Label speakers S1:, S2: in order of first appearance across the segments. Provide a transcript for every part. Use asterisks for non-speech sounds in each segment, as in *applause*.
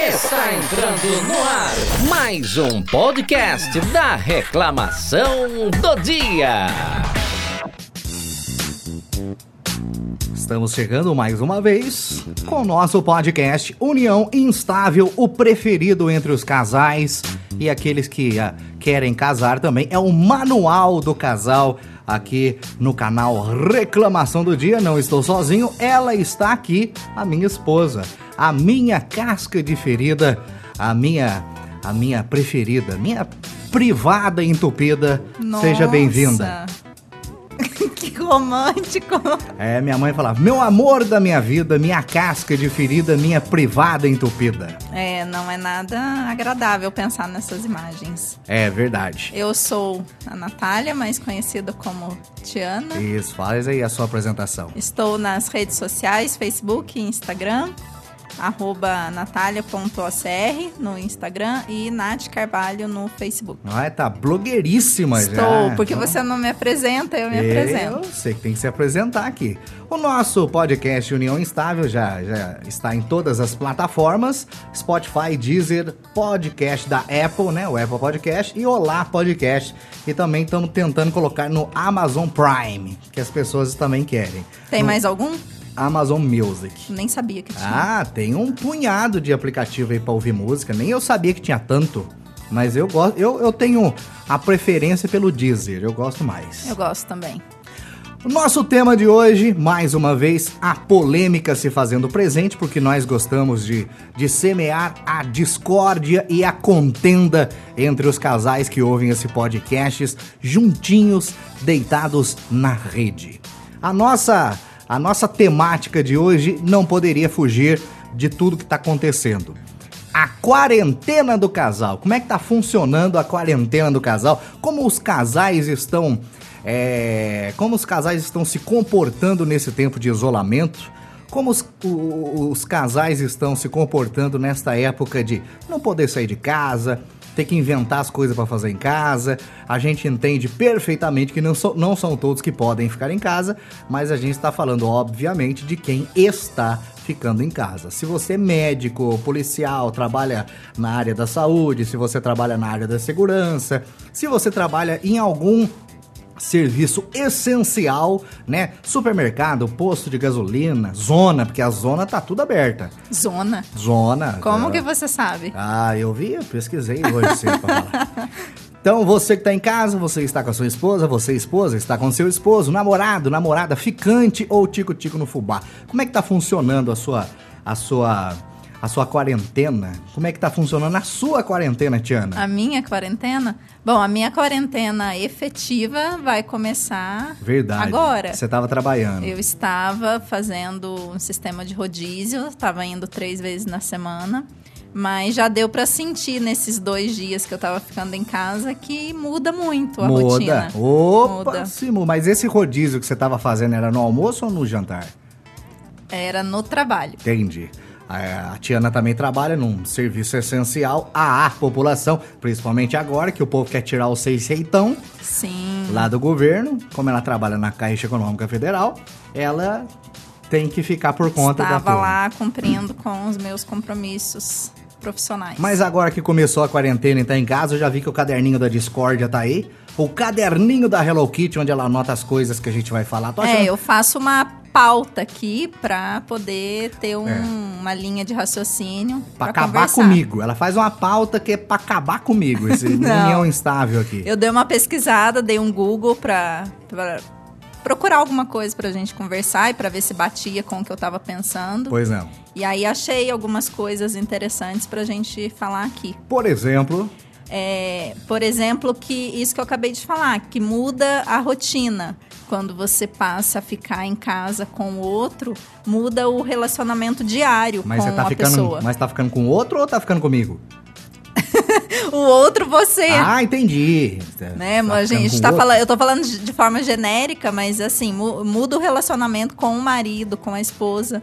S1: Está entrando no ar mais um podcast da reclamação do dia.
S2: Estamos chegando mais uma vez com o nosso podcast União Instável, o preferido entre os casais e aqueles que ah, querem casar também. É o manual do casal aqui no canal Reclamação do Dia. Não estou sozinho, ela está aqui, a minha esposa, a minha casca de ferida, a minha a minha preferida, minha privada entupida. Seja bem-vinda.
S3: *laughs* que romântico.
S2: É, minha mãe falava, meu amor da minha vida, minha casca de ferida, minha privada entupida.
S3: É, não é nada agradável pensar nessas imagens.
S2: É verdade.
S3: Eu sou a Natália, mais conhecida como Tiana.
S2: Isso, faz aí a sua apresentação.
S3: Estou nas redes sociais, Facebook e Instagram. Arroba natalia.ocr no Instagram e Nath Carvalho no Facebook.
S2: Ah, tá blogueiríssima já. Então,
S3: Estou, porque você não me apresenta, eu me apresento.
S2: é. Eu sei que tem que se apresentar aqui. O nosso podcast União Instável já, já está em todas as plataformas: Spotify, Deezer, podcast da Apple, né? O Apple Podcast e Olá Podcast. E também estamos tentando colocar no Amazon Prime, que as pessoas também querem.
S3: Tem
S2: No
S3: mais algum?
S2: Amazon Music.
S3: Nem sabia que tinha.
S2: Hum. Ah, tem um punhado de aplicativo aí pra ouvir música. Nem eu sabia que tinha tanto. Mas eu gosto. Eu, eu tenho a preferência pelo Deezer. Eu gosto mais.
S3: Eu gosto também.
S2: O nosso tema de hoje, mais uma vez, a polêmica se fazendo presente, porque nós gostamos de, de semear a discórdia e a contenda entre os casais que ouvem esse podcast, juntinhos, deitados na rede. A nossa, a nossa temática de hoje não poderia fugir de tudo que está acontecendo. A quarentena do casal. Como é que tá funcionando a quarentena do casal? Como os casais estão. é, como os casais estão se comportando nesse tempo de isolamento? Como os, o- os casais estão se comportando nesta época de não poder sair de casa, ter que inventar as coisas para fazer em casa? A gente entende perfeitamente que não, so- não são todos que podem ficar em casa, mas a gente está falando, obviamente, de quem está ficando em casa. Se você é médico, policial, trabalha na área da saúde, se você trabalha na área da segurança, se você trabalha em algum serviço essencial, né? Supermercado, posto de gasolina, zona, porque a zona tá tudo aberta.
S3: Zona.
S2: Zona.
S3: Como
S2: tá-
S3: que você sabe?
S2: ah, eu vi, eu pesquisei hoje cedo pra
S3: *laughs*
S2: falar. Então, você que tá em casa, você está com a sua esposa, você esposa está com seu esposo, namorado, namorada, ficante ou tico-tico no fubá. Como é que tá funcionando a sua a sua a sua quarentena? Como é que tá funcionando a sua quarentena, Tiana?
S3: A minha quarentena? Bom, a minha quarentena efetiva vai começar
S2: Verdade.
S3: Ah,
S2: é
S3: agora.
S2: Você tava trabalhando.
S3: Eu estava fazendo um sistema de rodízio, estava indo três vezes na semana, mas já deu para sentir nesses dois dias que eu estava ficando em casa que muda muito a rotina.
S2: Muda. Opa,
S3: Muda.
S2: Simu, mas esse rodízio que você tava fazendo era no almoço ou no jantar?
S3: Era no trabalho.
S2: Entende? A a Tiana também trabalha num serviço essencial à população, principalmente agora que o povo quer tirar o seis reitão
S3: Sim.
S2: lá do governo. Como ela trabalha na Caixa Econômica Federal, ela tem que ficar por conta da
S3: estava
S2: turma.
S3: lá cumprindo com os meus compromissos profissionais.
S2: Mas agora que começou a quarentena e tá em casa, eu já vi que o caderninho da Discordia tá aí. O caderninho da Hello Kitty, onde ela anota as coisas que a gente vai falar. Tô achando
S3: É, eu faço uma pauta aqui pra poder ter um- uma linha de raciocínio
S2: É. Pra
S3: pra
S2: acabar
S3: conversar.
S2: comigo. Ela faz uma pauta que é pra acabar comigo, esse
S3: *laughs* Não.
S2: união instável aqui.
S3: Eu dei uma pesquisada, dei um Google pra, pra procurar alguma coisa pra gente conversar e pra ver se batia com o que eu tava pensando.
S2: Pois não.
S3: E aí achei algumas coisas interessantes pra gente falar aqui.
S2: Por exemplo,
S3: É, por exemplo, que isso que eu acabei de falar, que muda a rotina. Quando você passa a ficar em casa com o outro, muda o relacionamento diário
S2: mas
S3: com
S2: você tá
S3: a
S2: ficando.
S3: pessoa.
S2: Mas tá ficando com outro ou tá ficando comigo?
S3: O outro você.
S2: Ah, entendi.
S3: É. né?
S2: Tá
S3: Mas a
S2: ficando
S3: gente
S2: com
S3: tá
S2: outro?
S3: falando, eu tô falando de de forma genérica, mas assim, mu- muda o relacionamento com o marido, com a esposa.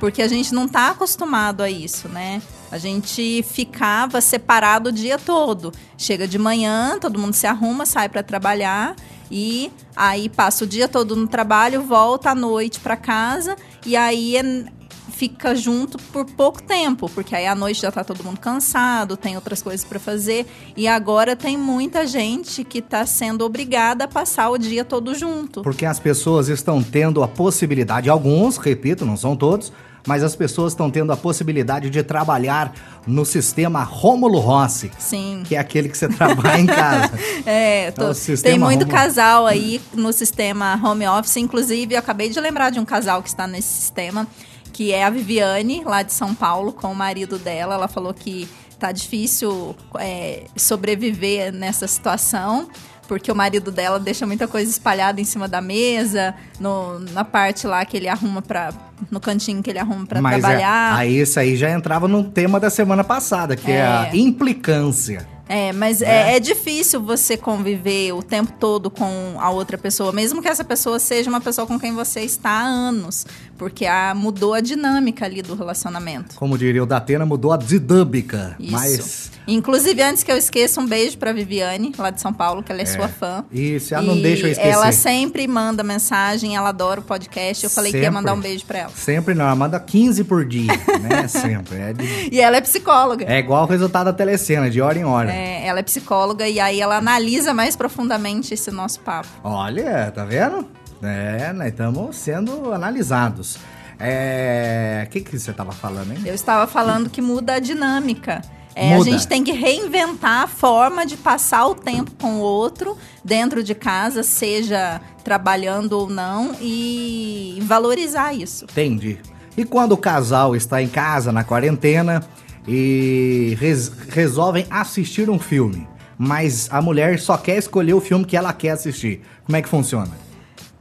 S3: Porque a gente não tá acostumado a isso, né? A gente ficava separado o dia todo. Chega de manhã, todo mundo se arruma, sai para trabalhar e aí passa o dia todo no trabalho, volta à noite para casa e aí é- fica junto por pouco tempo, porque aí à noite já tá todo mundo cansado, tem outras coisas para fazer, e agora tem muita gente que tá sendo obrigada a passar o dia todo junto.
S2: Porque as pessoas estão tendo a possibilidade, alguns, repito, não são todos, mas as pessoas estão tendo a possibilidade de trabalhar no sistema Rômulo Rossi,
S3: Sim.
S2: que é aquele que você *laughs* trabalha em casa.
S3: *laughs* É, tô-
S2: É o
S3: tem
S2: sistema
S3: muito
S2: home-
S3: casal aí no sistema home office. Inclusive, eu acabei de lembrar de um casal que está nesse sistema, que é a Viviane, lá de São Paulo, com o marido dela. Ela falou que tá difícil é, sobreviver nessa situação. Porque o marido dela deixa muita coisa espalhada em cima da mesa, no- na parte lá que ele arruma para no cantinho que ele arruma para
S2: Mas é,
S3: trabalhar.
S2: aí isso aí já entrava no tema da semana passada, que é, a
S3: É.
S2: implicância.
S3: É, mas
S2: Né?
S3: é, é difícil você conviver o tempo todo com a outra pessoa, mesmo que essa pessoa seja uma pessoa com quem você está há anos, porque a, mudou a dinâmica ali do relacionamento.
S2: Como diria o Datena, mudou a dinâmica.
S3: Isso.
S2: Mas.
S3: Inclusive, antes que eu esqueça, um beijo pra Viviane, lá de São Paulo, que ela é, sua fã.
S2: Isso, ela não
S3: E
S2: deixa eu esquecer.
S3: Ela sempre manda mensagem, ela adora o podcast. Eu falei que ia
S2: Sempre.
S3: mandar um beijo pra ela.
S2: Sempre não, ela manda 15 por dia,
S3: *laughs*
S2: né? Sempre. É, de-
S3: E ela é psicóloga.
S2: é igual o resultado da telecena, de hora em hora.
S3: É, ela é psicóloga e aí ela analisa mais profundamente esse nosso papo.
S2: Olha, tá vendo? É, nós estamos sendo analisados. É. O que, que você tava falando, hein?
S3: Eu estava falando que muda a dinâmica. É,
S2: Muda.
S3: A gente tem que reinventar a forma de passar o tempo com o outro dentro de casa, seja trabalhando ou não, e valorizar isso.
S2: Entendi. E quando o casal está em casa, na quarentena, e res- resolvem assistir um filme, mas a mulher só quer escolher o filme que ela quer assistir. Como é que funciona?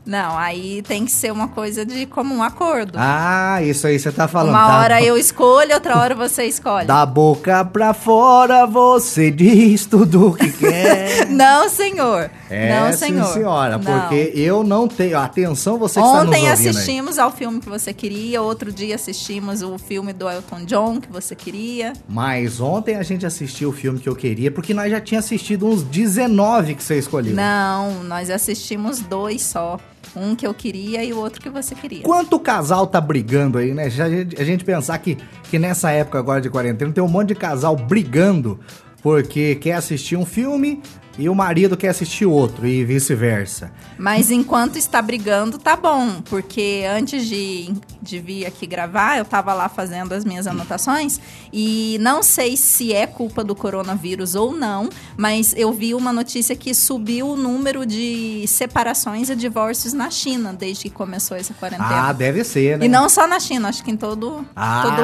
S3: Não, aí tem que ser uma coisa de comum acordo.
S2: Ah, isso aí você tá falando.
S3: uma
S2: tá?
S3: hora eu escolho, outra hora você escolhe.
S2: Da boca pra fora você diz tudo
S3: *laughs*
S2: o que quer. É,
S3: Não, senhor. não,
S2: sim,
S3: senhor.
S2: senhora,
S3: Não.
S2: porque eu não tenho. Atenção, você que está nos
S3: Ontem
S2: ouvindo aí.
S3: assistimos ao filme que você queria, outro dia assistimos o filme do Elton John que você queria.
S2: Mas ontem a gente assistiu o filme que eu queria, porque nós já tínhamos assistido uns 19 que você escolheu.
S3: Não, nós assistimos dois só. Um que eu queria e o outro que você queria.
S2: Quanto casal tá brigando aí, né? Já a gente, a gente pensar que, que nessa época agora de quarentena tem um monte de casal brigando porque quer assistir um filme e o marido quer assistir outro e vice-versa.
S3: Mas enquanto está brigando, tá bom. Porque antes de, de vir aqui gravar, eu tava lá fazendo as minhas anotações. E não sei se é culpa do coronavírus ou não, mas eu vi uma notícia que subiu o número de separações e divórcios na China desde que começou essa quarentena.
S2: Ah, deve ser, né?
S3: e não só na China, acho que em todo,
S2: ah,
S3: todo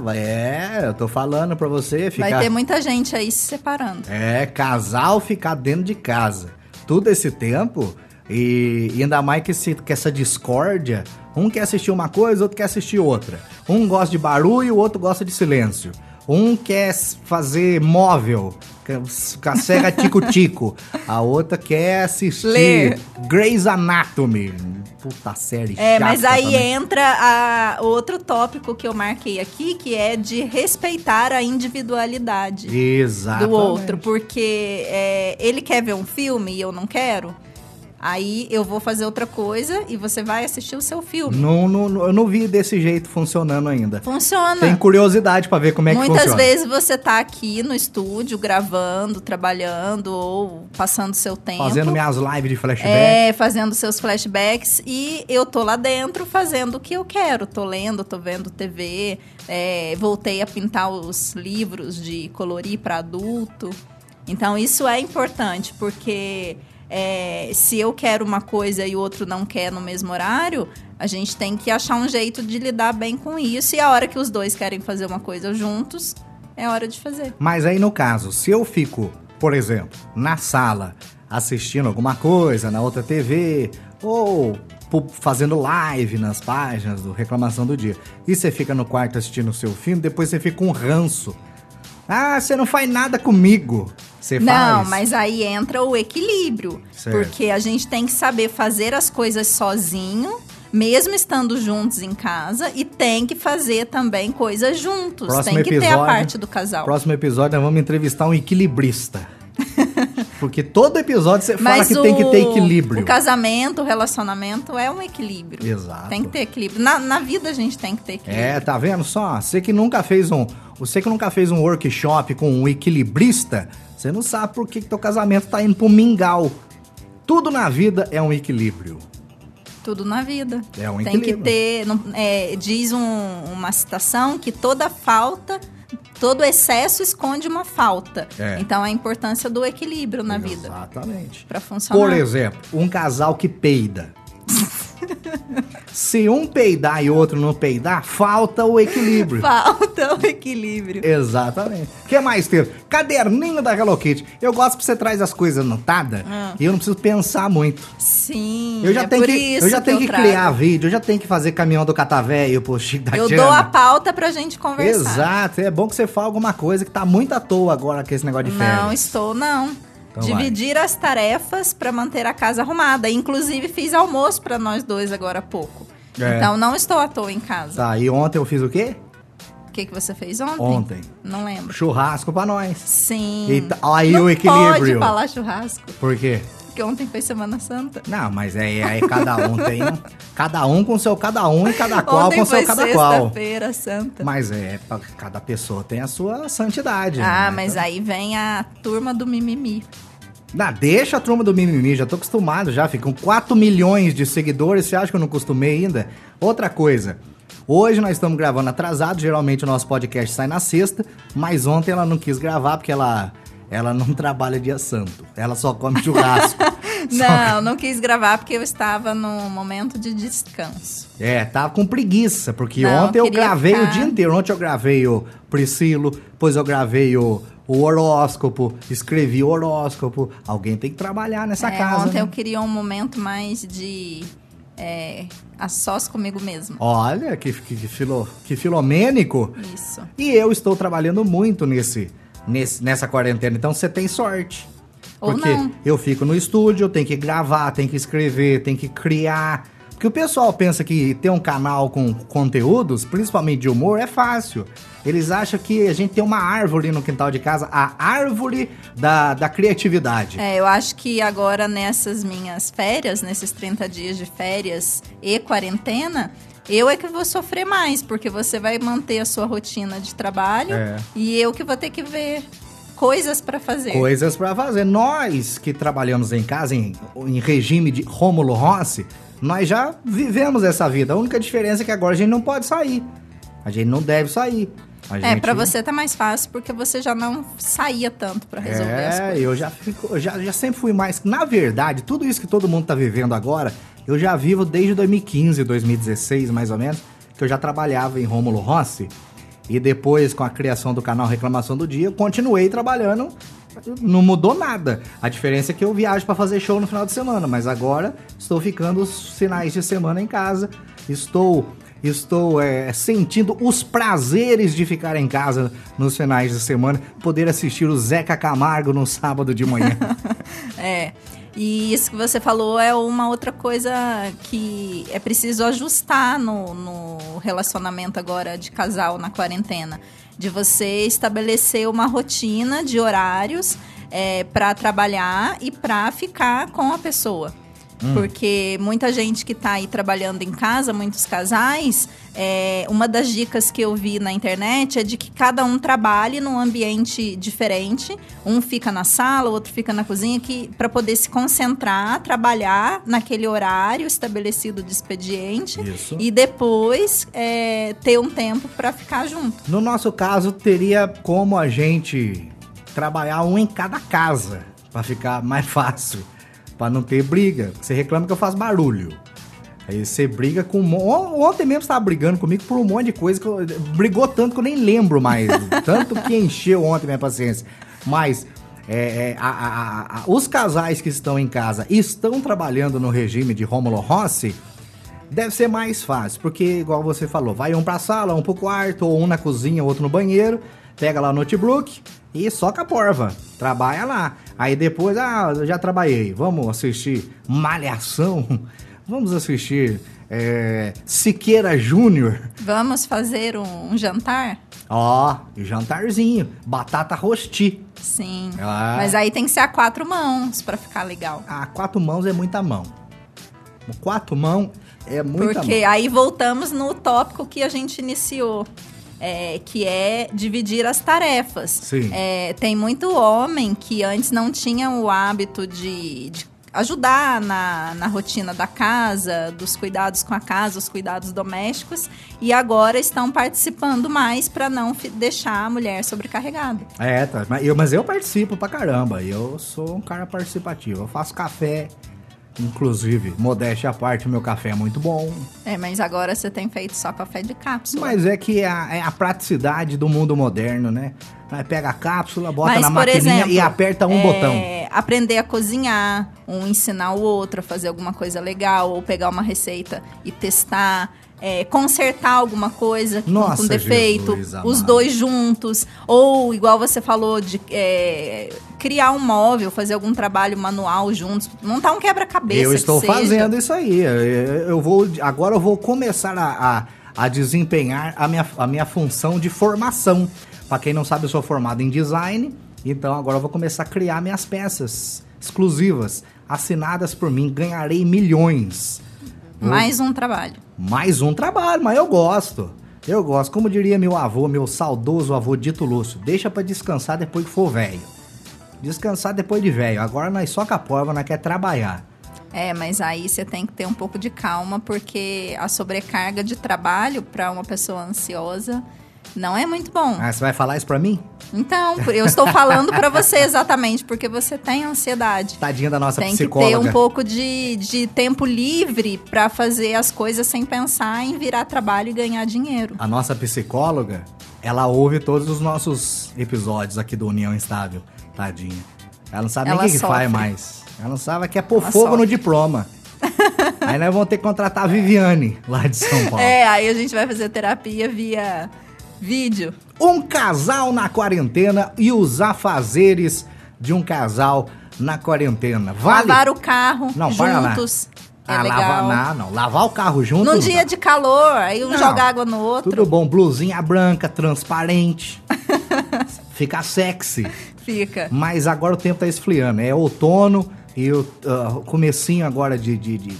S3: lugar.
S2: É, eu tô falando pra você ficar.
S3: Vai ter muita gente aí se separando.
S2: É, casal ficar dentro de casa. Tudo esse tempo. E, e ainda mais que, esse, que essa discórdia. Um quer assistir uma coisa, outro quer assistir outra. Um gosta de barulho, o outro gosta de silêncio. Um quer s- fazer móvel, que- s- com a
S3: *laughs*
S2: cega tico-tico. A outra quer assistir
S3: Ler.
S2: Grey's Anatomy. Puta série
S3: É,
S2: chata
S3: mas aí
S2: também.
S3: entra a outro tópico que eu marquei aqui, que é de respeitar a individualidade
S2: Exatamente.
S3: do outro. Porque é, ele quer ver um filme e eu não quero, aí eu vou fazer outra coisa e você vai assistir o seu filme.
S2: Não, não, não- eu não vi desse jeito funcionando ainda.
S3: Funciona.
S2: Tem curiosidade pra ver como é que
S3: Muitas
S2: funciona.
S3: vezes você tá aqui no estúdio, gravando, trabalhando ou passando seu tempo.
S2: Fazendo minhas lives de flashback.
S3: É, fazendo seus flashbacks e eu tô lá dentro fazendo o que eu quero. Tô lendo, tô vendo TV, é, voltei a pintar os livros de colorir para adulto. Então isso é importante, porque é, se eu quero uma coisa e o outro não quer no mesmo horário, a gente tem que achar um jeito de lidar bem com isso. E a hora que os dois querem fazer uma coisa juntos, é hora de fazer.
S2: Mas aí, no caso, se eu fico, por exemplo, na sala assistindo alguma coisa na outra TV ou pu- fazendo live nas páginas do Reclamação do Dia, e você fica no quarto assistindo o seu filme, depois você fica com um ranço. Ah, você não faz nada comigo. Você
S3: Não,
S2: faz.
S3: mas aí entra o equilíbrio.
S2: Certo.
S3: Porque a gente tem que saber fazer as coisas sozinho, mesmo estando juntos em casa, e tem que fazer também coisas juntos.
S2: Próximo
S3: tem que ter a
S2: episódio.
S3: Então. parte do casal. *laughs*
S2: Próximo episódio nós vamos entrevistar um equilibrista. Porque todo episódio você fala
S3: Mas
S2: que
S3: o,
S2: tem que ter equilíbrio.
S3: o casamento, o relacionamento é um equilíbrio.
S2: Exato.
S3: Tem que ter equilíbrio. Na, na vida a gente tem que ter equilíbrio.
S2: É, tá vendo só? Você que nunca fez um, você que nunca fez um workshop com um equilibrista, você não sabe por que que teu casamento tá indo pro mingau. Tudo na vida é um equilíbrio.
S3: Tudo na vida.
S2: É um
S3: Tem que
S2: equilíbrio.
S3: ter. não- é, diz um- uma citação que toda falta, todo excesso esconde uma falta.
S2: É.
S3: Então a importância do equilíbrio na vida
S2: Exatamente.
S3: para funcionar.
S2: Por exemplo, um casal que
S3: *laughs*
S2: peida. Se um peidar e outro não peidar, falta o equilíbrio.
S3: Falta o equilíbrio.
S2: Exatamente. O que mais teve? Caderninho da Hello Kitty. Eu gosto que você traz as coisas anotadas e eu não preciso pensar muito.
S3: Sim.
S2: Eu já
S3: Ah. é
S2: tenho
S3: por
S2: que,
S3: isso
S2: eu já tenho que
S3: trago.
S2: criar vídeo, eu já tenho que fazer caminhão do catavéio pro Chico da
S3: Eu
S2: Jana.
S3: dou a pauta pra gente conversar.
S2: Exato, é bom que você fale alguma coisa que tá muito à toa agora com esse negócio de férias.
S3: Não estou, não.
S2: Então
S3: Dividir as tarefas para manter a casa arrumada. Inclusive, fiz almoço para nós dois agora há pouco.
S2: É.
S3: Então, não estou à toa em casa.
S2: Tá, e ontem eu fiz o quê?
S3: O que, que você fez ontem?
S2: Ontem.
S3: Não lembro.
S2: Churrasco pra nós.
S3: Sim.
S2: Eita, aí
S3: não
S2: o equilíbrio.
S3: pode falar churrasco,
S2: Por quê?
S3: porque ontem foi Semana Santa.
S2: Não, mas é, é cada um tem. Cada um com seu cada um e
S3: *laughs*
S2: cada qual
S3: ontem
S2: com
S3: foi
S2: seu cada qual.
S3: sexta-feira santa.
S2: Mas é, pra- cada pessoa tem a sua santidade. né?
S3: Ah, mas aí vem a turma do mimimi.
S2: Não, deixa a turma do mimimi, já tô acostumado já, ficam 4 milhões de seguidores, você acha que eu não costumei ainda? Outra coisa, hoje nós estamos gravando atrasado, geralmente o nosso podcast sai na sexta, mas ontem ela não quis gravar porque ela, ela não *laughs* trabalha dia santo, ela só come
S3: *laughs*
S2: churrasco.
S3: Não, não quis gravar porque eu estava num momento de descanso.
S2: É, tava com preguiça, porque
S3: Não,
S2: ontem eu
S3: queria
S2: gravei o
S3: ficar.
S2: dia inteiro, ontem eu gravei o Priscilo, depois eu gravei o... O horóscopo, escrevi o horóscopo. Alguém tem que trabalhar nessa
S3: É,
S2: casa.
S3: Ontem
S2: né?
S3: eu queria um momento mais de. É, a sós comigo mesma.
S2: Olha, que, que, que filo- que filomênico.
S3: Isso.
S2: E eu estou trabalhando muito nesse, nesse- nessa quarentena, então você tem sorte.
S3: Ou
S2: porque
S3: não.
S2: eu fico no estúdio, eu tenho que gravar, tenho que escrever, tenho que criar. Porque o pessoal pensa que ter um canal com conteúdos, principalmente de humor, é fácil. Eles acham que a gente tem uma árvore no quintal de casa, a árvore da, da criatividade.
S3: É, eu acho que agora nessas minhas férias, nesses 30 dias de férias e quarentena, eu é que vou sofrer mais, porque você vai manter a sua rotina de trabalho
S2: É.
S3: e eu que vou ter que ver coisas pra fazer.
S2: Coisas pra fazer. Nós que trabalhamos em casa, em, em regime de Rômulo Rossi, nós já vivemos essa vida. A única diferença é que agora a gente não pode sair. A gente não deve sair. A
S3: É,
S2: gente-
S3: pra você tá mais fácil, porque você já não saía tanto pra resolver
S2: É,
S3: as coisas.
S2: eu já, fico, eu já, já sempre fui mais. Na verdade, tudo isso que todo mundo tá vivendo agora, eu já vivo desde 2015, 2016, mais ou menos, que eu já trabalhava em Rômulo Rossi. E depois, com a criação do canal Reclamação do Dia, eu continuei trabalhando. Não mudou nada. A diferença é que eu viajo pra fazer show no final de semana, mas agora estou ficando os finais de semana em casa. Estou Estou é, sentindo os prazeres de ficar em casa nos finais de semana, poder assistir o Zeca Camargo no sábado de manhã.
S3: É. E isso que você falou é uma outra coisa que é preciso ajustar no, no relacionamento agora de casal na quarentena. De você estabelecer uma rotina de horários é, para trabalhar e para ficar com a pessoa.
S2: Hum.
S3: Porque muita gente que tá aí trabalhando em casa, muitos casais, é, uma das dicas que eu vi na internet é de que cada um trabalhe num ambiente diferente. Um fica na sala, o outro fica na cozinha, que para poder se concentrar, trabalhar naquele horário estabelecido de expediente.
S2: Isso.
S3: E depois é, ter um tempo para ficar junto.
S2: No nosso caso, teria como a gente trabalhar um em cada casa, pra ficar mais *laughs* fácil, pra não ter briga. Você reclama que eu faço barulho. Aí você briga com um mon- On- Ontem mesmo você tava brigando comigo por um monte de coisa que eu... brigou tanto que eu nem lembro mais. *laughs* tanto que encheu ontem minha paciência. Mas é, é, a- a- a- a- os casais que estão em casa e estão trabalhando no regime de Rômulo Rossi. Deve ser mais fácil, porque, igual você falou, vai um pra sala, um pro quarto, ou um na cozinha, outro no banheiro, pega lá o notebook e soca a porva. Trabalha lá. Aí depois, ah, eu já trabalhei, *laughs* vamos assistir Malhação? Vamos assistir é, Siqueira Júnior.
S3: Vamos fazer um, um jantar?
S2: Ó, jantarzinho. Batata rosti.
S3: Sim.
S2: Ah.
S3: Mas aí tem que ser a quatro mãos pra ficar legal.
S2: Ah, quatro mãos é muita mão. Quatro mão é muita
S3: Porque
S2: mão.
S3: aí voltamos no tópico que a gente iniciou. é, que é dividir as tarefas.
S2: Sim.
S3: É, tem muito homem que antes não tinha o hábito de, de ajudar na, na rotina da casa, dos cuidados com a casa, os cuidados domésticos, e agora estão participando mais para não fi- deixar a mulher sobrecarregada.
S2: É, tá, mas, eu, mas eu participo pra caramba. Eu sou um cara participativo. Eu faço café, inclusive, modéstia à parte, meu café é muito bom.
S3: É, mas agora você tem feito só café de cápsula.
S2: Mas é que é a, é a praticidade do mundo moderno, né? Aí Pega a cápsula, bota
S3: Mas,
S2: na
S3: por
S2: maquininha
S3: exemplo,
S2: e aperta um
S3: É,
S2: botão.
S3: Aprender a cozinhar, um ensinar o outro a fazer alguma coisa legal, ou pegar uma receita e testar. é, consertar alguma coisa com-
S2: Nossa,
S3: com defeito,
S2: Jesus amado.
S3: os dois juntos, ou igual você falou, de é, criar um móvel, fazer algum trabalho manual juntos, montar um quebra-cabeça.
S2: Eu
S3: que
S2: estou
S3: seja.
S2: fazendo isso aí. Eu, eu vou, agora eu vou começar a, a, a desempenhar a minha, a minha função de formação. Pra quem não sabe, eu sou formado em design, então agora eu vou começar a criar minhas peças exclusivas, assinadas por mim. Ganharei milhões.
S3: mais um trabalho.
S2: Mais um trabalho, mas eu gosto. Eu gosto. Como diria meu avô, meu saudoso avô Dito Lúcio, deixa pra descansar depois que for velho. Descansar depois de velho. Agora nós só com a porva, nós quer trabalhar.
S3: É, mas aí você tem que ter um pouco de calma, porque a sobrecarga de trabalho para uma pessoa ansiosa não é muito bom.
S2: Ah, você vai falar isso pra mim?
S3: Então, eu estou falando para você exatamente, porque você tem ansiedade.
S2: Tadinha da nossa
S3: Tem que
S2: psicóloga.
S3: ter um pouco de, de tempo livre para fazer as coisas sem pensar em virar trabalho e ganhar dinheiro.
S2: A nossa psicóloga, ela ouve todos os nossos episódios aqui do União Estável. Tadinha. Ela não sabe
S3: Ela
S2: nem o que, que
S3: sofre.
S2: faz mais. Ela não sabe que é pôr
S3: Ela
S2: fogo no
S3: sofre. *laughs*
S2: diploma. Aí nós vamos ter que contratar a Viviane, lá de São Paulo.
S3: É, aí a gente vai fazer terapia via vídeo.
S2: Um casal na quarentena e os afazeres de um casal na quarentena. Vale?
S3: Lavar o carro
S2: Não, para lá.
S3: juntos. que É
S2: Ah,
S3: legal.
S2: lavar, não, não. Lavar o carro junto.
S3: Num
S2: não dá.
S3: dia de calor, aí um
S2: Não.
S3: joga água no outro.
S2: Tudo bom, blusinha branca,
S3: *laughs*
S2: transparente. Fica sexy.
S3: Fica.
S2: Mas agora o tempo tá esfriando. É outono e o ah, o comecinho agora de, de- de-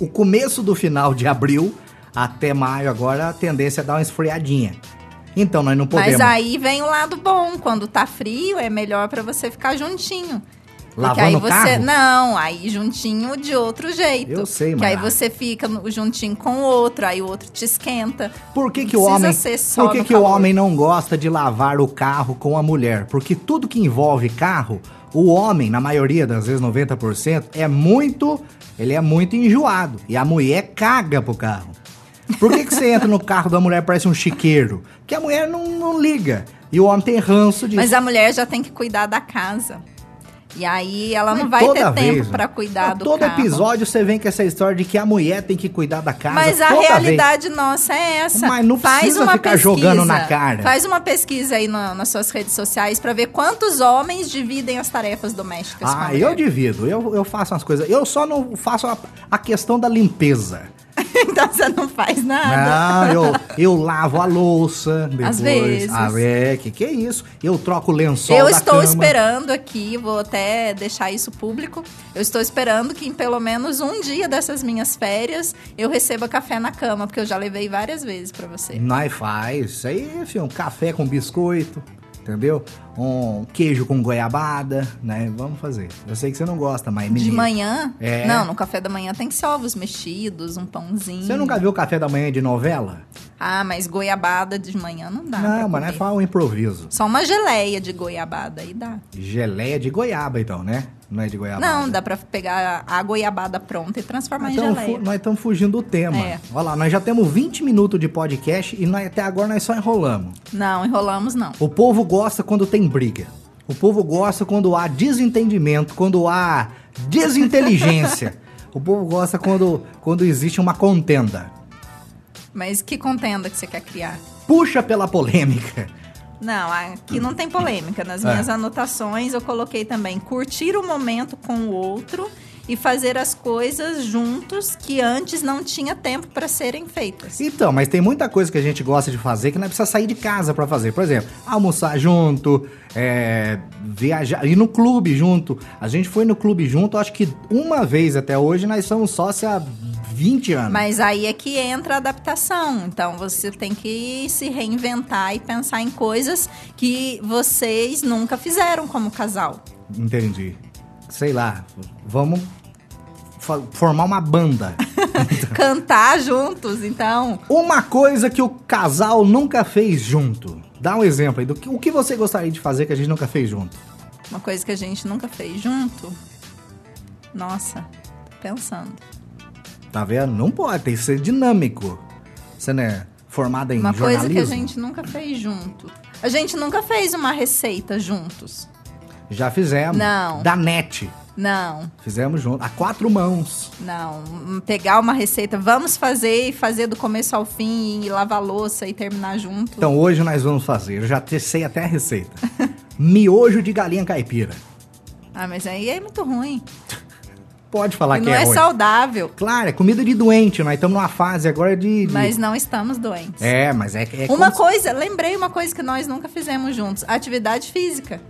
S2: O começo do final de abril até maio agora a tendência é dar uma esfriadinha. Então nós não podemos.
S3: Mas aí vem o lado bom. Quando tá frio, é melhor pra você ficar juntinho. Porque
S2: Lavando
S3: aí
S2: o
S3: você.
S2: carro?
S3: Não, aí juntinho de outro jeito.
S2: Eu sei,
S3: Que aí
S2: Mara.
S3: você fica no- juntinho com o outro, aí o outro te esquenta.
S2: Por que, que o
S3: Não precisa
S2: homem.
S3: ser só
S2: Por que,
S3: no
S2: que o
S3: calor.
S2: homem não gosta de lavar o carro com a mulher? Porque tudo que envolve carro, o homem, na maioria das vezes, 90%, é muito. Ele é muito enjoado. E a mulher caga pro carro. Por que, que você entra no carro da mulher e parece um chiqueiro? Porque a mulher não, não liga. E o homem tem ranço de.
S3: Mas a mulher já tem que cuidar da casa. E aí ela não
S2: Mas
S3: vai
S2: toda
S3: ter
S2: vez,
S3: tempo
S2: né?
S3: pra cuidar do
S2: Todo
S3: carro.
S2: episódio você vem com essa história de que a mulher tem que cuidar da casa.
S3: Mas a
S2: toda vez.
S3: realidade nossa é essa.
S2: Mas não
S3: faz
S2: precisa
S3: uma
S2: ficar
S3: pesquisa,
S2: jogando na cara.
S3: Faz uma pesquisa aí na- nas suas redes sociais pra ver quantos homens dividem as tarefas domésticas. com a
S2: Ah,
S3: mulher.
S2: eu divido, eu, eu faço umas coisas. Eu só não faço a, a questão da limpeza.
S3: *laughs* Então você não faz nada.
S2: Não, eu, eu lavo a louça depois.
S3: Ah, Às vezes.
S2: Ah, é, que que é isso? Eu troco o lençol
S3: eu
S2: da
S3: estou
S2: cama.
S3: esperando aqui, vou até deixar isso público. Eu estou esperando que em pelo menos um dia dessas minhas férias eu receba café na cama, porque eu já levei várias vezes pra você.
S2: Nós faz, isso aí, filho, um café com biscoito, entendeu? Um queijo com goiabada, né? Vamos fazer. Eu sei que você não gosta, mas
S3: De
S2: menino,
S3: manhã?
S2: É.
S3: Não, no café da manhã tem que ser ovos mexidos, um pãozinho.
S2: Você nunca viu o café da manhã de novela?
S3: Ah, mas goiabada de manhã não dá. pra
S2: não, mas
S3: comer.
S2: nós faz um improviso.
S3: Só uma geleia de goiabada aí dá.
S2: Geleia de goiaba, então, né? Não é de goiaba.
S3: Não, dá pra pegar a goiabada pronta e transformar em
S2: Então,
S3: geleia.
S2: fu- nós estamos fugindo do tema.
S3: É.
S2: Olha lá, nós já temos 20 minutos de podcast e nós- até agora nós só enrolamos.
S3: Não, enrolamos não.
S2: O povo gosta quando tem briga. O povo gosta quando há desentendimento, quando há desinteligência. o povo gosta quando, quando existe uma contenda.
S3: Mas que contenda que você quer criar?
S2: Puxa pela polêmica.
S3: Não, aqui não
S2: É.
S3: tem polêmica. Nas minhas anotações eu coloquei também curtir o momento com o outro e fazer as coisas juntos que antes não tinha tempo para serem feitas.
S2: Então, mas tem muita coisa que a gente gosta de fazer que não é precisa sair de casa pra fazer. Por exemplo, almoçar junto, é, viajar, ir no clube junto. A gente foi no clube junto, acho que uma vez até hoje, nós somos sócios há 20 anos.
S3: Mas aí é que entra a adaptação. Então você tem que se reinventar e pensar em coisas que vocês nunca fizeram
S2: *laughs*
S3: como casal.
S2: Entendi. Sei lá, vamos fa- formar uma banda.
S3: Cantar juntos, então.
S2: Uma coisa que o casal nunca fez junto. Dá um exemplo aí do que, o que você gostaria de fazer que a gente nunca fez junto.
S3: Uma coisa que a gente nunca fez junto. Nossa, tô pensando.
S2: Tá vendo? Não pode, tem que ser dinâmico. Você não é formada em
S3: Uma
S2: jornalismo?
S3: coisa que a gente nunca fez junto. A gente nunca fez uma receita juntos.
S2: Já fizemos.
S3: Não.
S2: Da net.
S3: Não,
S2: Fizemos junto. A quatro mãos.
S3: não. Hum, Pegar uma receita, vamos fazer e fazer do começo ao fim e lavar a louça e terminar junto.
S2: Então hoje nós vamos fazer. Eu já te- sei até a
S3: *laughs*
S2: receita. Miojo de galinha caipira.
S3: Ah, mas aí é muito ruim.
S2: Pode falar
S3: E
S2: que
S3: não
S2: é,
S3: é
S2: ruim.
S3: saudável,
S2: Claro, é comida de doente. Nós estamos numa fase agora de... de-
S3: mas não estamos doentes.
S2: É, mas é... é
S3: Uma
S2: como-
S3: coisa, lembrei uma coisa que nós nunca fizemos juntos: atividade física.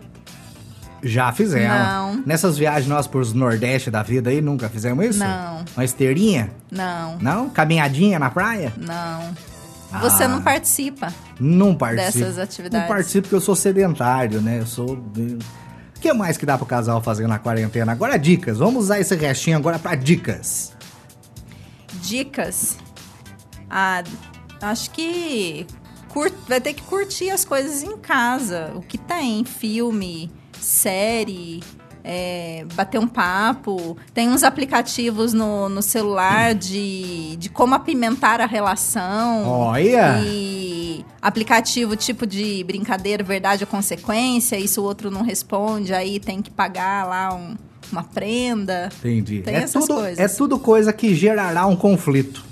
S2: Já fizemos.
S3: Não.
S2: Nessas viagens nós pros Nordeste da vida aí, nunca fizemos isso?
S3: Não.
S2: Uma esteirinha?
S3: Não,
S2: Não? Caminhadinha na praia?
S3: não.
S2: Ah.
S3: Você não participa.
S2: Não participo.
S3: Dessas atividades.
S2: Não participo porque eu sou sedentário, né? Eu sou. de- O que mais que dá pro casal fazer na quarentena? Agora dicas. Vamos usar esse restinho agora pra dicas.
S3: Dicas. Ah, acho que cur- vai ter que curtir as coisas em casa. O que tem? Filme, série. é, bater um papo. Tem uns aplicativos no, no celular de, de como apimentar a relação.
S2: Olha!
S3: Hum. E aplicativo tipo de brincadeira, verdade ou consequência, isso o outro não responde, aí tem que pagar lá um- uma prenda.
S2: Entendi.
S3: Tem
S2: é,
S3: essas
S2: tudo,
S3: coisas.
S2: é tudo coisa que gerará um conflito.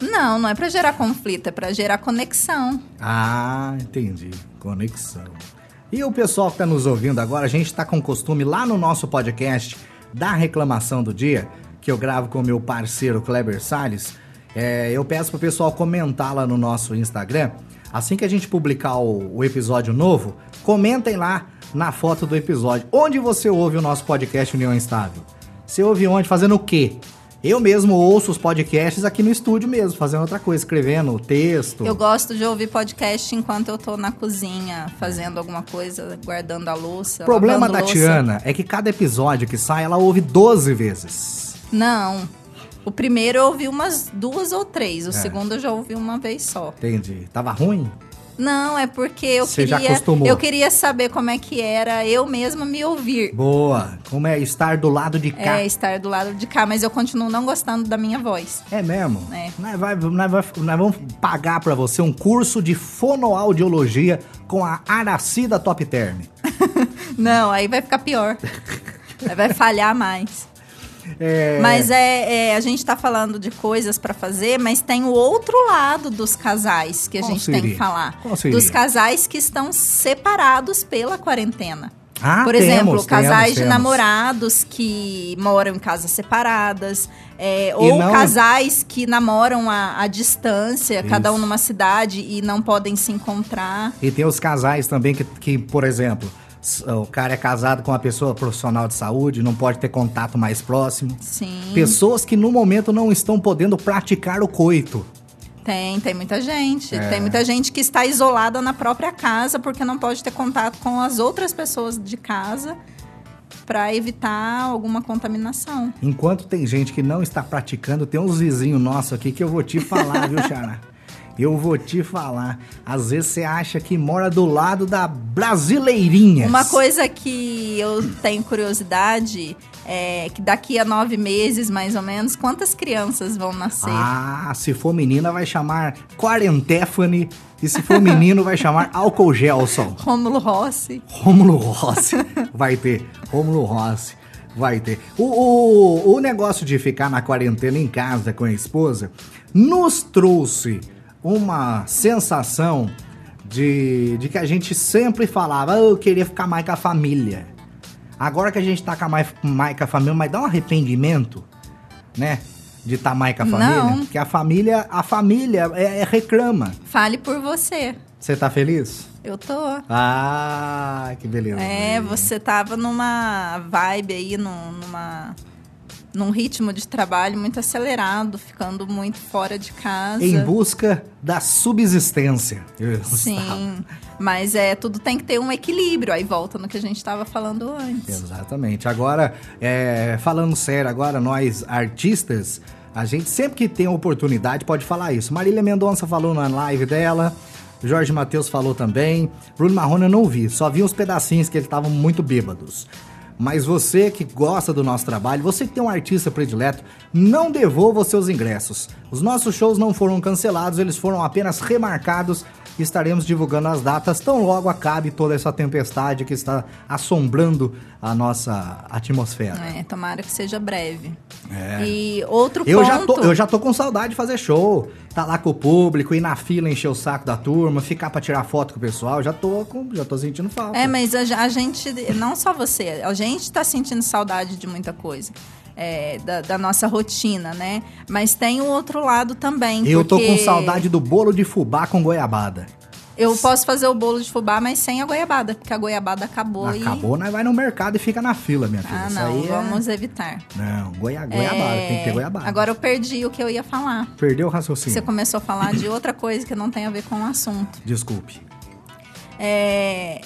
S3: Não, não é pra gerar conflito, é pra gerar conexão.
S2: Ah, entendi. Conexão. E o pessoal que tá nos ouvindo agora, a gente tá com costume lá no nosso podcast da reclamação do dia, que eu gravo com o meu parceiro Kleber Salles. é, eu peço pro pessoal comentar lá no nosso Instagram. Assim que a gente publicar o, o episódio novo, comentem lá na foto do episódio. Onde você ouve o nosso podcast União Estável? Você ouve onde? Fazendo o quê? Eu mesmo ouço os podcasts aqui no estúdio mesmo, fazendo outra coisa, escrevendo texto.
S3: Eu gosto de ouvir podcast enquanto eu tô na cozinha, fazendo alguma coisa, guardando a louça.
S2: O problema
S3: lavando
S2: da
S3: louça.
S2: Tiana é que cada episódio que sai, ela ouve 12 vezes.
S3: Não. O primeiro eu ouvi umas duas ou três, o
S2: É.
S3: segundo eu já ouvi uma vez só.
S2: Entendi. Tava ruim?
S3: Não, é porque eu
S2: Você já
S3: queria.
S2: acostumou.
S3: Eu queria saber como é que era eu mesma me ouvir.
S2: Boa. Como é estar do lado de cá?
S3: É, estar do lado de cá, mas eu continuo não gostando da minha voz. *laughs*
S2: É mesmo?
S3: É.
S2: Nós, vai- nós vai- nós vamos pagar pra você um curso de fonoaudiologia com a Aracida Top Term.
S3: Não, aí vai ficar pior. Aí vai falhar mais. Mas é, é, a gente tá falando de coisas pra fazer, mas tem o outro lado dos casais que a
S2: Qual
S3: gente tem
S2: seria?
S3: que falar.
S2: Qual seria?
S3: Dos casais que estão separados pela quarentena.
S2: Ah,
S3: Por
S2: temos,
S3: exemplo,
S2: temos,
S3: casais de
S2: temos.
S3: namorados que moram em casas separadas, é, ou
S2: não-
S3: casais que namoram à, à distância, cada um
S2: Isso.
S3: numa cidade e não podem se encontrar.
S2: E tem os casais também que, que, por exemplo, s- o cara é casado com uma pessoa profissional de saúde, não pode ter contato mais próximo.
S3: Sim,
S2: Pessoas que no momento não estão podendo praticar o coito.
S3: tem, tem muita gente.
S2: É.
S3: Tem muita gente que está isolada na própria casa porque não pode ter contato com as outras pessoas de casa para evitar alguma contaminação.
S2: Enquanto tem gente que não está praticando, tem uns vizinhos nossos aqui que eu vou te falar, viu, Xará? Eu vou te falar. Às vezes você acha que mora do lado da brasileirinha.
S3: Uma coisa é que eu tenho curiosidade é que daqui a nove meses, mais ou menos, quantas crianças vão nascer?
S2: Ah, se for menina vai chamar Quarentéfane e se for menino vai chamar Álcool Gelson.
S3: Rômulo Rossi.
S2: Rômulo
S3: *laughs*
S2: Rossi vai ter. Rômulo Rossi vai ter. O, o, o negócio de ficar na quarentena em casa com a esposa nos trouxe uma sensação de, de que a gente sempre falava, "Ah, eu queria ficar mais com a família. Agora que a gente tá com a Mai- Maica Família, mas dá um arrependimento, né? De estar tá Maica Família.
S3: Não.
S2: Porque a família, a família é, é reclama.
S3: Fale por você.
S2: Você tá feliz?
S3: Eu tô.
S2: Ah, que beleza.
S3: É, você tava numa vibe aí, num, numa, num ritmo de trabalho muito acelerado, ficando muito fora de casa.
S2: Em busca da subsistência. Eu estava.
S3: Sim, mas é tudo tem que ter um equilíbrio. Aí volta no que a gente tava falando antes.
S2: *laughs* Exatamente. Agora, é, falando sério, agora nós artistas, a gente sempre que tem oportunidade pode falar isso. Marília Mendonça falou na live dela, Jorge Matheus falou também, Bruno Marrone eu não vi, só vi uns pedacinhos que eles estavam muito bêbados. Mas você que gosta do nosso trabalho, você que tem um artista predileto, não devolva os seus ingressos. Os nossos shows não foram cancelados, eles foram apenas remarcados e estaremos divulgando as datas tão logo acabe toda essa tempestade que está assombrando a nossa atmosfera.
S3: É, tomara que seja breve. E outro
S2: É. Eu
S3: ponto.
S2: já, tô, eu já tô com saudade de fazer show, tá lá com o público, ir na fila encher o saco da turma, ficar pra tirar foto com o pessoal, já tô com, já tô sentindo falta.
S3: É, mas a, ge- a gente, não só você, a gente tá sentindo saudade de muita coisa. é, da, da nossa rotina, né? Mas tem o outro lado também.
S2: eu tô
S3: porque
S2: com saudade do bolo de fubá com goiabada.
S3: Eu posso fazer o bolo de fubá, mas sem a goiabada, porque a goiabada acabou, e.
S2: Acabou, nós vai no mercado e fica na fila, minha filha.
S3: Ah,
S2: Isso
S3: não,
S2: aí é-
S3: vamos evitar.
S2: Não, goia- goiabada,
S3: É,
S2: tem que ter goiabada.
S3: Agora eu perdi o que eu ia falar.
S2: Perdeu o
S3: Você
S2: raciocínio.
S3: começou a falar de outra coisa que não tem a ver com o assunto.
S2: Desculpe.
S3: É,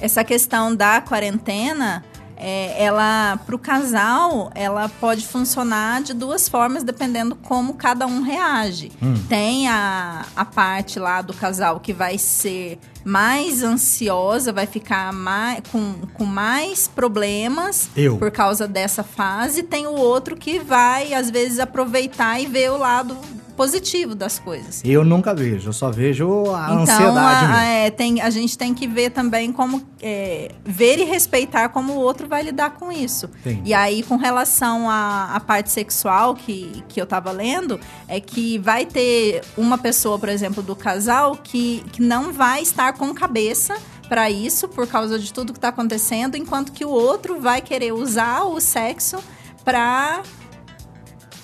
S3: essa questão da quarentena, é, ela, pro casal, ela pode funcionar de duas formas, dependendo como cada um reage. Tem a, a parte lá do casal que vai ser mais ansiosa, vai ficar mais, com, com mais problemas
S2: Eu.
S3: por causa dessa fase. Tem o outro que vai, às vezes, aproveitar e ver o lado positivo das coisas.
S2: Eu nunca vejo, eu só vejo a
S3: Então,
S2: ansiedade
S3: a,
S2: mesmo.
S3: é, tem, a gente tem que ver também como. é, ver e respeitar como o outro vai lidar com isso.
S2: Entendi.
S3: E aí, com relação à, à parte sexual que, que eu tava lendo, é que vai ter uma pessoa, por exemplo, do casal que, que não vai estar com cabeça para isso, por causa de tudo que tá acontecendo, enquanto que o outro vai querer usar o sexo pra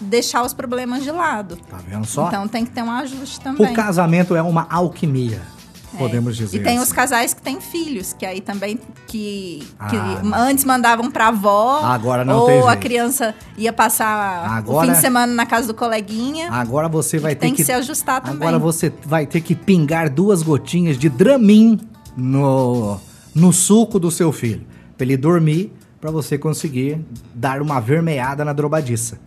S3: deixar os problemas de lado.
S2: Tá vendo só?
S3: Então tem que ter um ajuste também.
S2: O casamento é uma alquimia,
S3: É.
S2: podemos dizer.
S3: E tem
S2: assim.
S3: os casais que têm filhos, que aí também que, que
S2: Ah,
S3: antes mandavam pra avó.
S2: Agora não
S3: Ou
S2: tem
S3: a
S2: jeito.
S3: criança ia passar
S2: Agora-
S3: o fim de semana na casa do coleguinha.
S2: Agora você vai ter
S3: tem
S2: que,
S3: que, se ajustar também.
S2: Agora você vai ter que pingar duas gotinhas de Dramin no no suco do seu filho, pra ele dormir, pra você conseguir dar uma vermeada na drobadiça.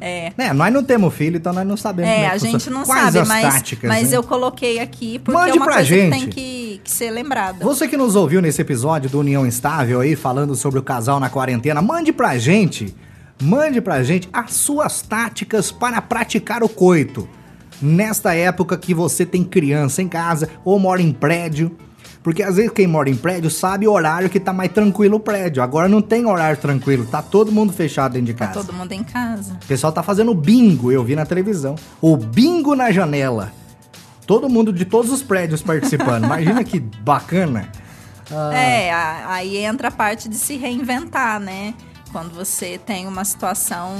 S3: É.
S2: Né? Nós não temos filho, então nós não sabemos como
S3: É,
S2: é que
S3: a gente
S2: funciona.
S3: não
S2: Quais
S3: sabe,
S2: as
S3: mas,
S2: táticas,
S3: mas
S2: né?
S3: eu coloquei aqui porque
S2: Mande
S3: é uma
S2: pra
S3: coisa
S2: gente.
S3: que tem que, que ser lembrada.
S2: Você que nos ouviu nesse episódio do União Estável aí, falando sobre o casal na quarentena, mande pra gente, mande pra gente as suas táticas para praticar o coito. Nesta época que você tem criança em casa ou mora em prédio. Porque às vezes quem mora em prédio sabe o horário que tá mais tranquilo o prédio. Agora não tem horário tranquilo, tá todo mundo fechado dentro de
S3: Tá
S2: casa.
S3: todo mundo em casa.
S2: O pessoal tá fazendo bingo, eu vi na televisão. O bingo na janela. Todo mundo de todos os prédios participando. Imagina que bacana.
S3: É, a- aí entra a parte de se reinventar, né? Quando você tem uma situação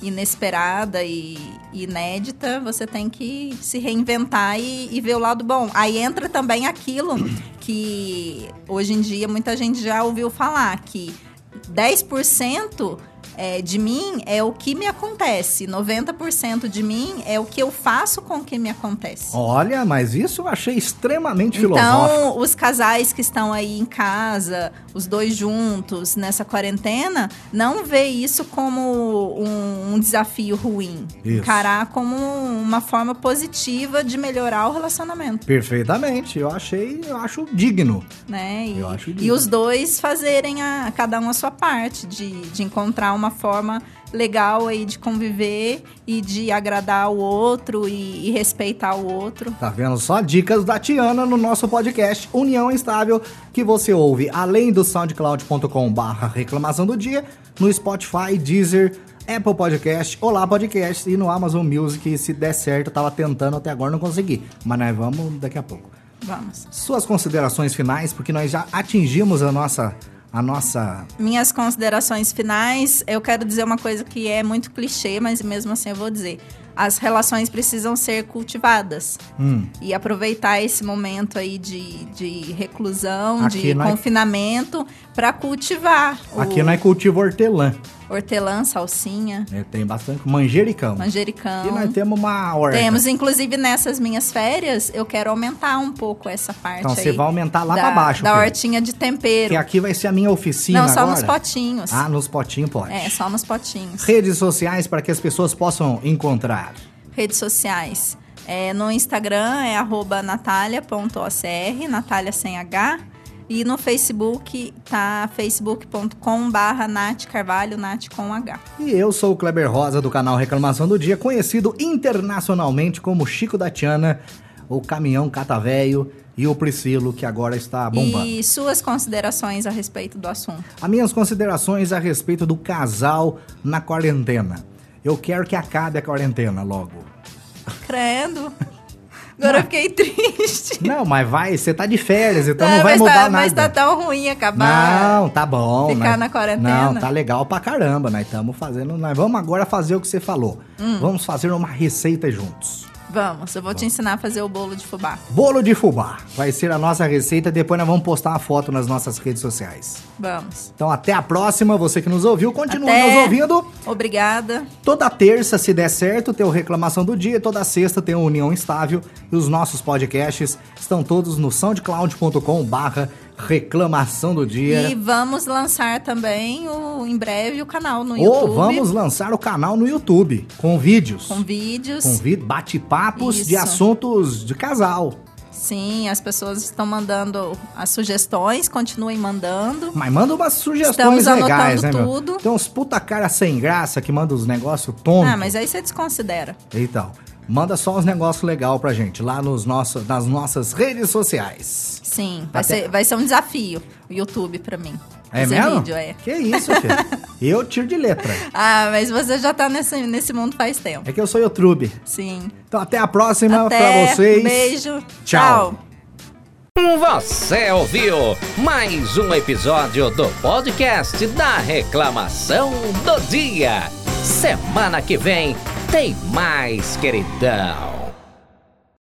S3: inesperada e inédita, você tem que se reinventar e, e ver o lado bom. Aí entra também aquilo que hoje em dia muita gente já ouviu falar, que 10% é, de mim é o que me acontece, 90% de mim é o que eu faço com o que me acontece.
S2: Olha, mas isso eu achei extremamente filosófico.
S3: Então, os casais que estão aí em casa, os dois juntos nessa quarentena, não vê isso como um, um desafio ruim.
S2: Isso.
S3: Encarar como uma forma positiva de melhorar o relacionamento,
S2: Perfeitamente, eu achei, eu acho digno.
S3: né? E,
S2: Eu acho
S3: e
S2: lindo.
S3: os dois fazerem a, cada um a sua parte de, de encontrar uma forma legal aí de conviver e de agradar o outro e- e respeitar o outro.
S2: Tá vendo só dicas da Tiana no nosso podcast União Estável, que você ouve além do soundcloud.com/barra reclamação do dia, no Spotify, Deezer, Apple Podcast, Olá Podcast e no Amazon Music. Se der certo, eu tava tentando até agora, não consegui. Mas nós vamos daqui a pouco.
S3: Vamos.
S2: Suas considerações finais, porque nós já atingimos a nossa a nossa.
S3: Minhas considerações finais, eu quero dizer uma coisa que é muito clichê, mas mesmo assim eu vou dizer. As relações precisam ser cultivadas.
S2: Hum,
S3: E aproveitar esse momento aí de, de reclusão,
S2: Aqui
S3: de
S2: nós-
S3: confinamento, pra cultivar o
S2: aqui nós cultivamos hortelã.
S3: hortelã, salsinha,
S2: né? Tem bastante manjericão.
S3: manjericão.
S2: E nós temos uma horta.
S3: Temos, inclusive, nessas minhas férias, eu quero aumentar um pouco essa parte
S2: Então
S3: aí.
S2: você vai aumentar lá
S3: da,
S2: pra baixo.
S3: Da
S2: Pedro.
S3: hortinha de tempero.
S2: Que aqui vai ser a minha oficina
S3: Não, só
S2: agora.
S3: nos potinhos.
S2: Ah, nos potinhos pode.
S3: É, só nos potinhos.
S2: Redes sociais para que as pessoas possam encontrar.
S3: Redes sociais. É, no Instagram é arroba natalia.ocr, natalia sem H. E no Facebook tá facebook.com barra Nath Carvalho, Nath com H.
S2: E eu sou o Kleber Rosa do canal Reclamação do Dia, conhecido internacionalmente como Chico da Tiana, o Caminhão Catavéio e o Priscilo, que agora está bombando.
S3: E suas considerações a respeito do assunto.
S2: As minhas considerações a respeito do casal na quarentena. Eu quero que acabe a quarentena
S3: *laughs*
S2: logo.
S3: Credo. Agora eu fiquei triste.
S2: Não, mas vai, você tá de férias, então
S3: Ah,
S2: não vai
S3: mas
S2: mudar
S3: tá,
S2: nada.
S3: Mas tá tão ruim acabar.
S2: Não, tá bom.
S3: Ficar
S2: nós-
S3: na quarentena.
S2: Não, tá legal pra caramba. Nós estamos fazendo. Nós vamos agora fazer o que você falou.
S3: Hum.
S2: Vamos fazer uma receita juntos.
S3: Vamos, eu vou te ensinar a fazer o bolo de fubá.
S2: Bolo de fubá. Vai ser a nossa receita. Depois nós vamos postar uma foto nas nossas redes sociais.
S3: Vamos.
S2: Então até a próxima. Você que nos ouviu, continua
S3: Até.
S2: nos ouvindo.
S3: Obrigada.
S2: Toda terça, se der certo, tem o Reclamação do Dia. Toda sexta tem o União Estável. E os nossos podcasts estão todos no soundcloud.com barra reclamação do dia.
S3: E vamos lançar também o, em breve o canal no
S2: Ou
S3: YouTube.
S2: vamos lançar o canal no YouTube, com vídeos.
S3: Com vídeos.
S2: Com vídeo, bate-papos de
S3: Isso.
S2: assuntos de casal.
S3: Sim, as pessoas estão mandando as sugestões, continuem mandando.
S2: Mas manda umas sugestões
S3: Estamos anotando
S2: legais, né, meu?
S3: tudo.
S2: Tem uns puta cara sem graça que manda os negócios tontos.
S3: Ah, mas aí você desconsidera.
S2: Então, manda só uns negócios legal pra gente, lá nos nossos, nas nossas redes sociais.
S3: Sim, vai,
S2: Até-
S3: ser, vai ser um desafio o YouTube pra mim.
S2: É
S3: fazer
S2: mesmo?
S3: vídeo, é.
S2: Que isso,
S3: *laughs*
S2: filho. Eu tiro de letra.
S3: Ah, mas você já tá nesse, nesse mundo faz tempo.
S2: É que eu sou YouTube.
S3: Sim.
S2: Então, até a próxima
S3: Até,
S2: pra vocês.
S3: Beijo.
S2: Tchau.
S3: Tchau.
S1: Você ouviu mais um episódio do podcast da Reclamação do Dia. Semana que vem tem mais, queridão.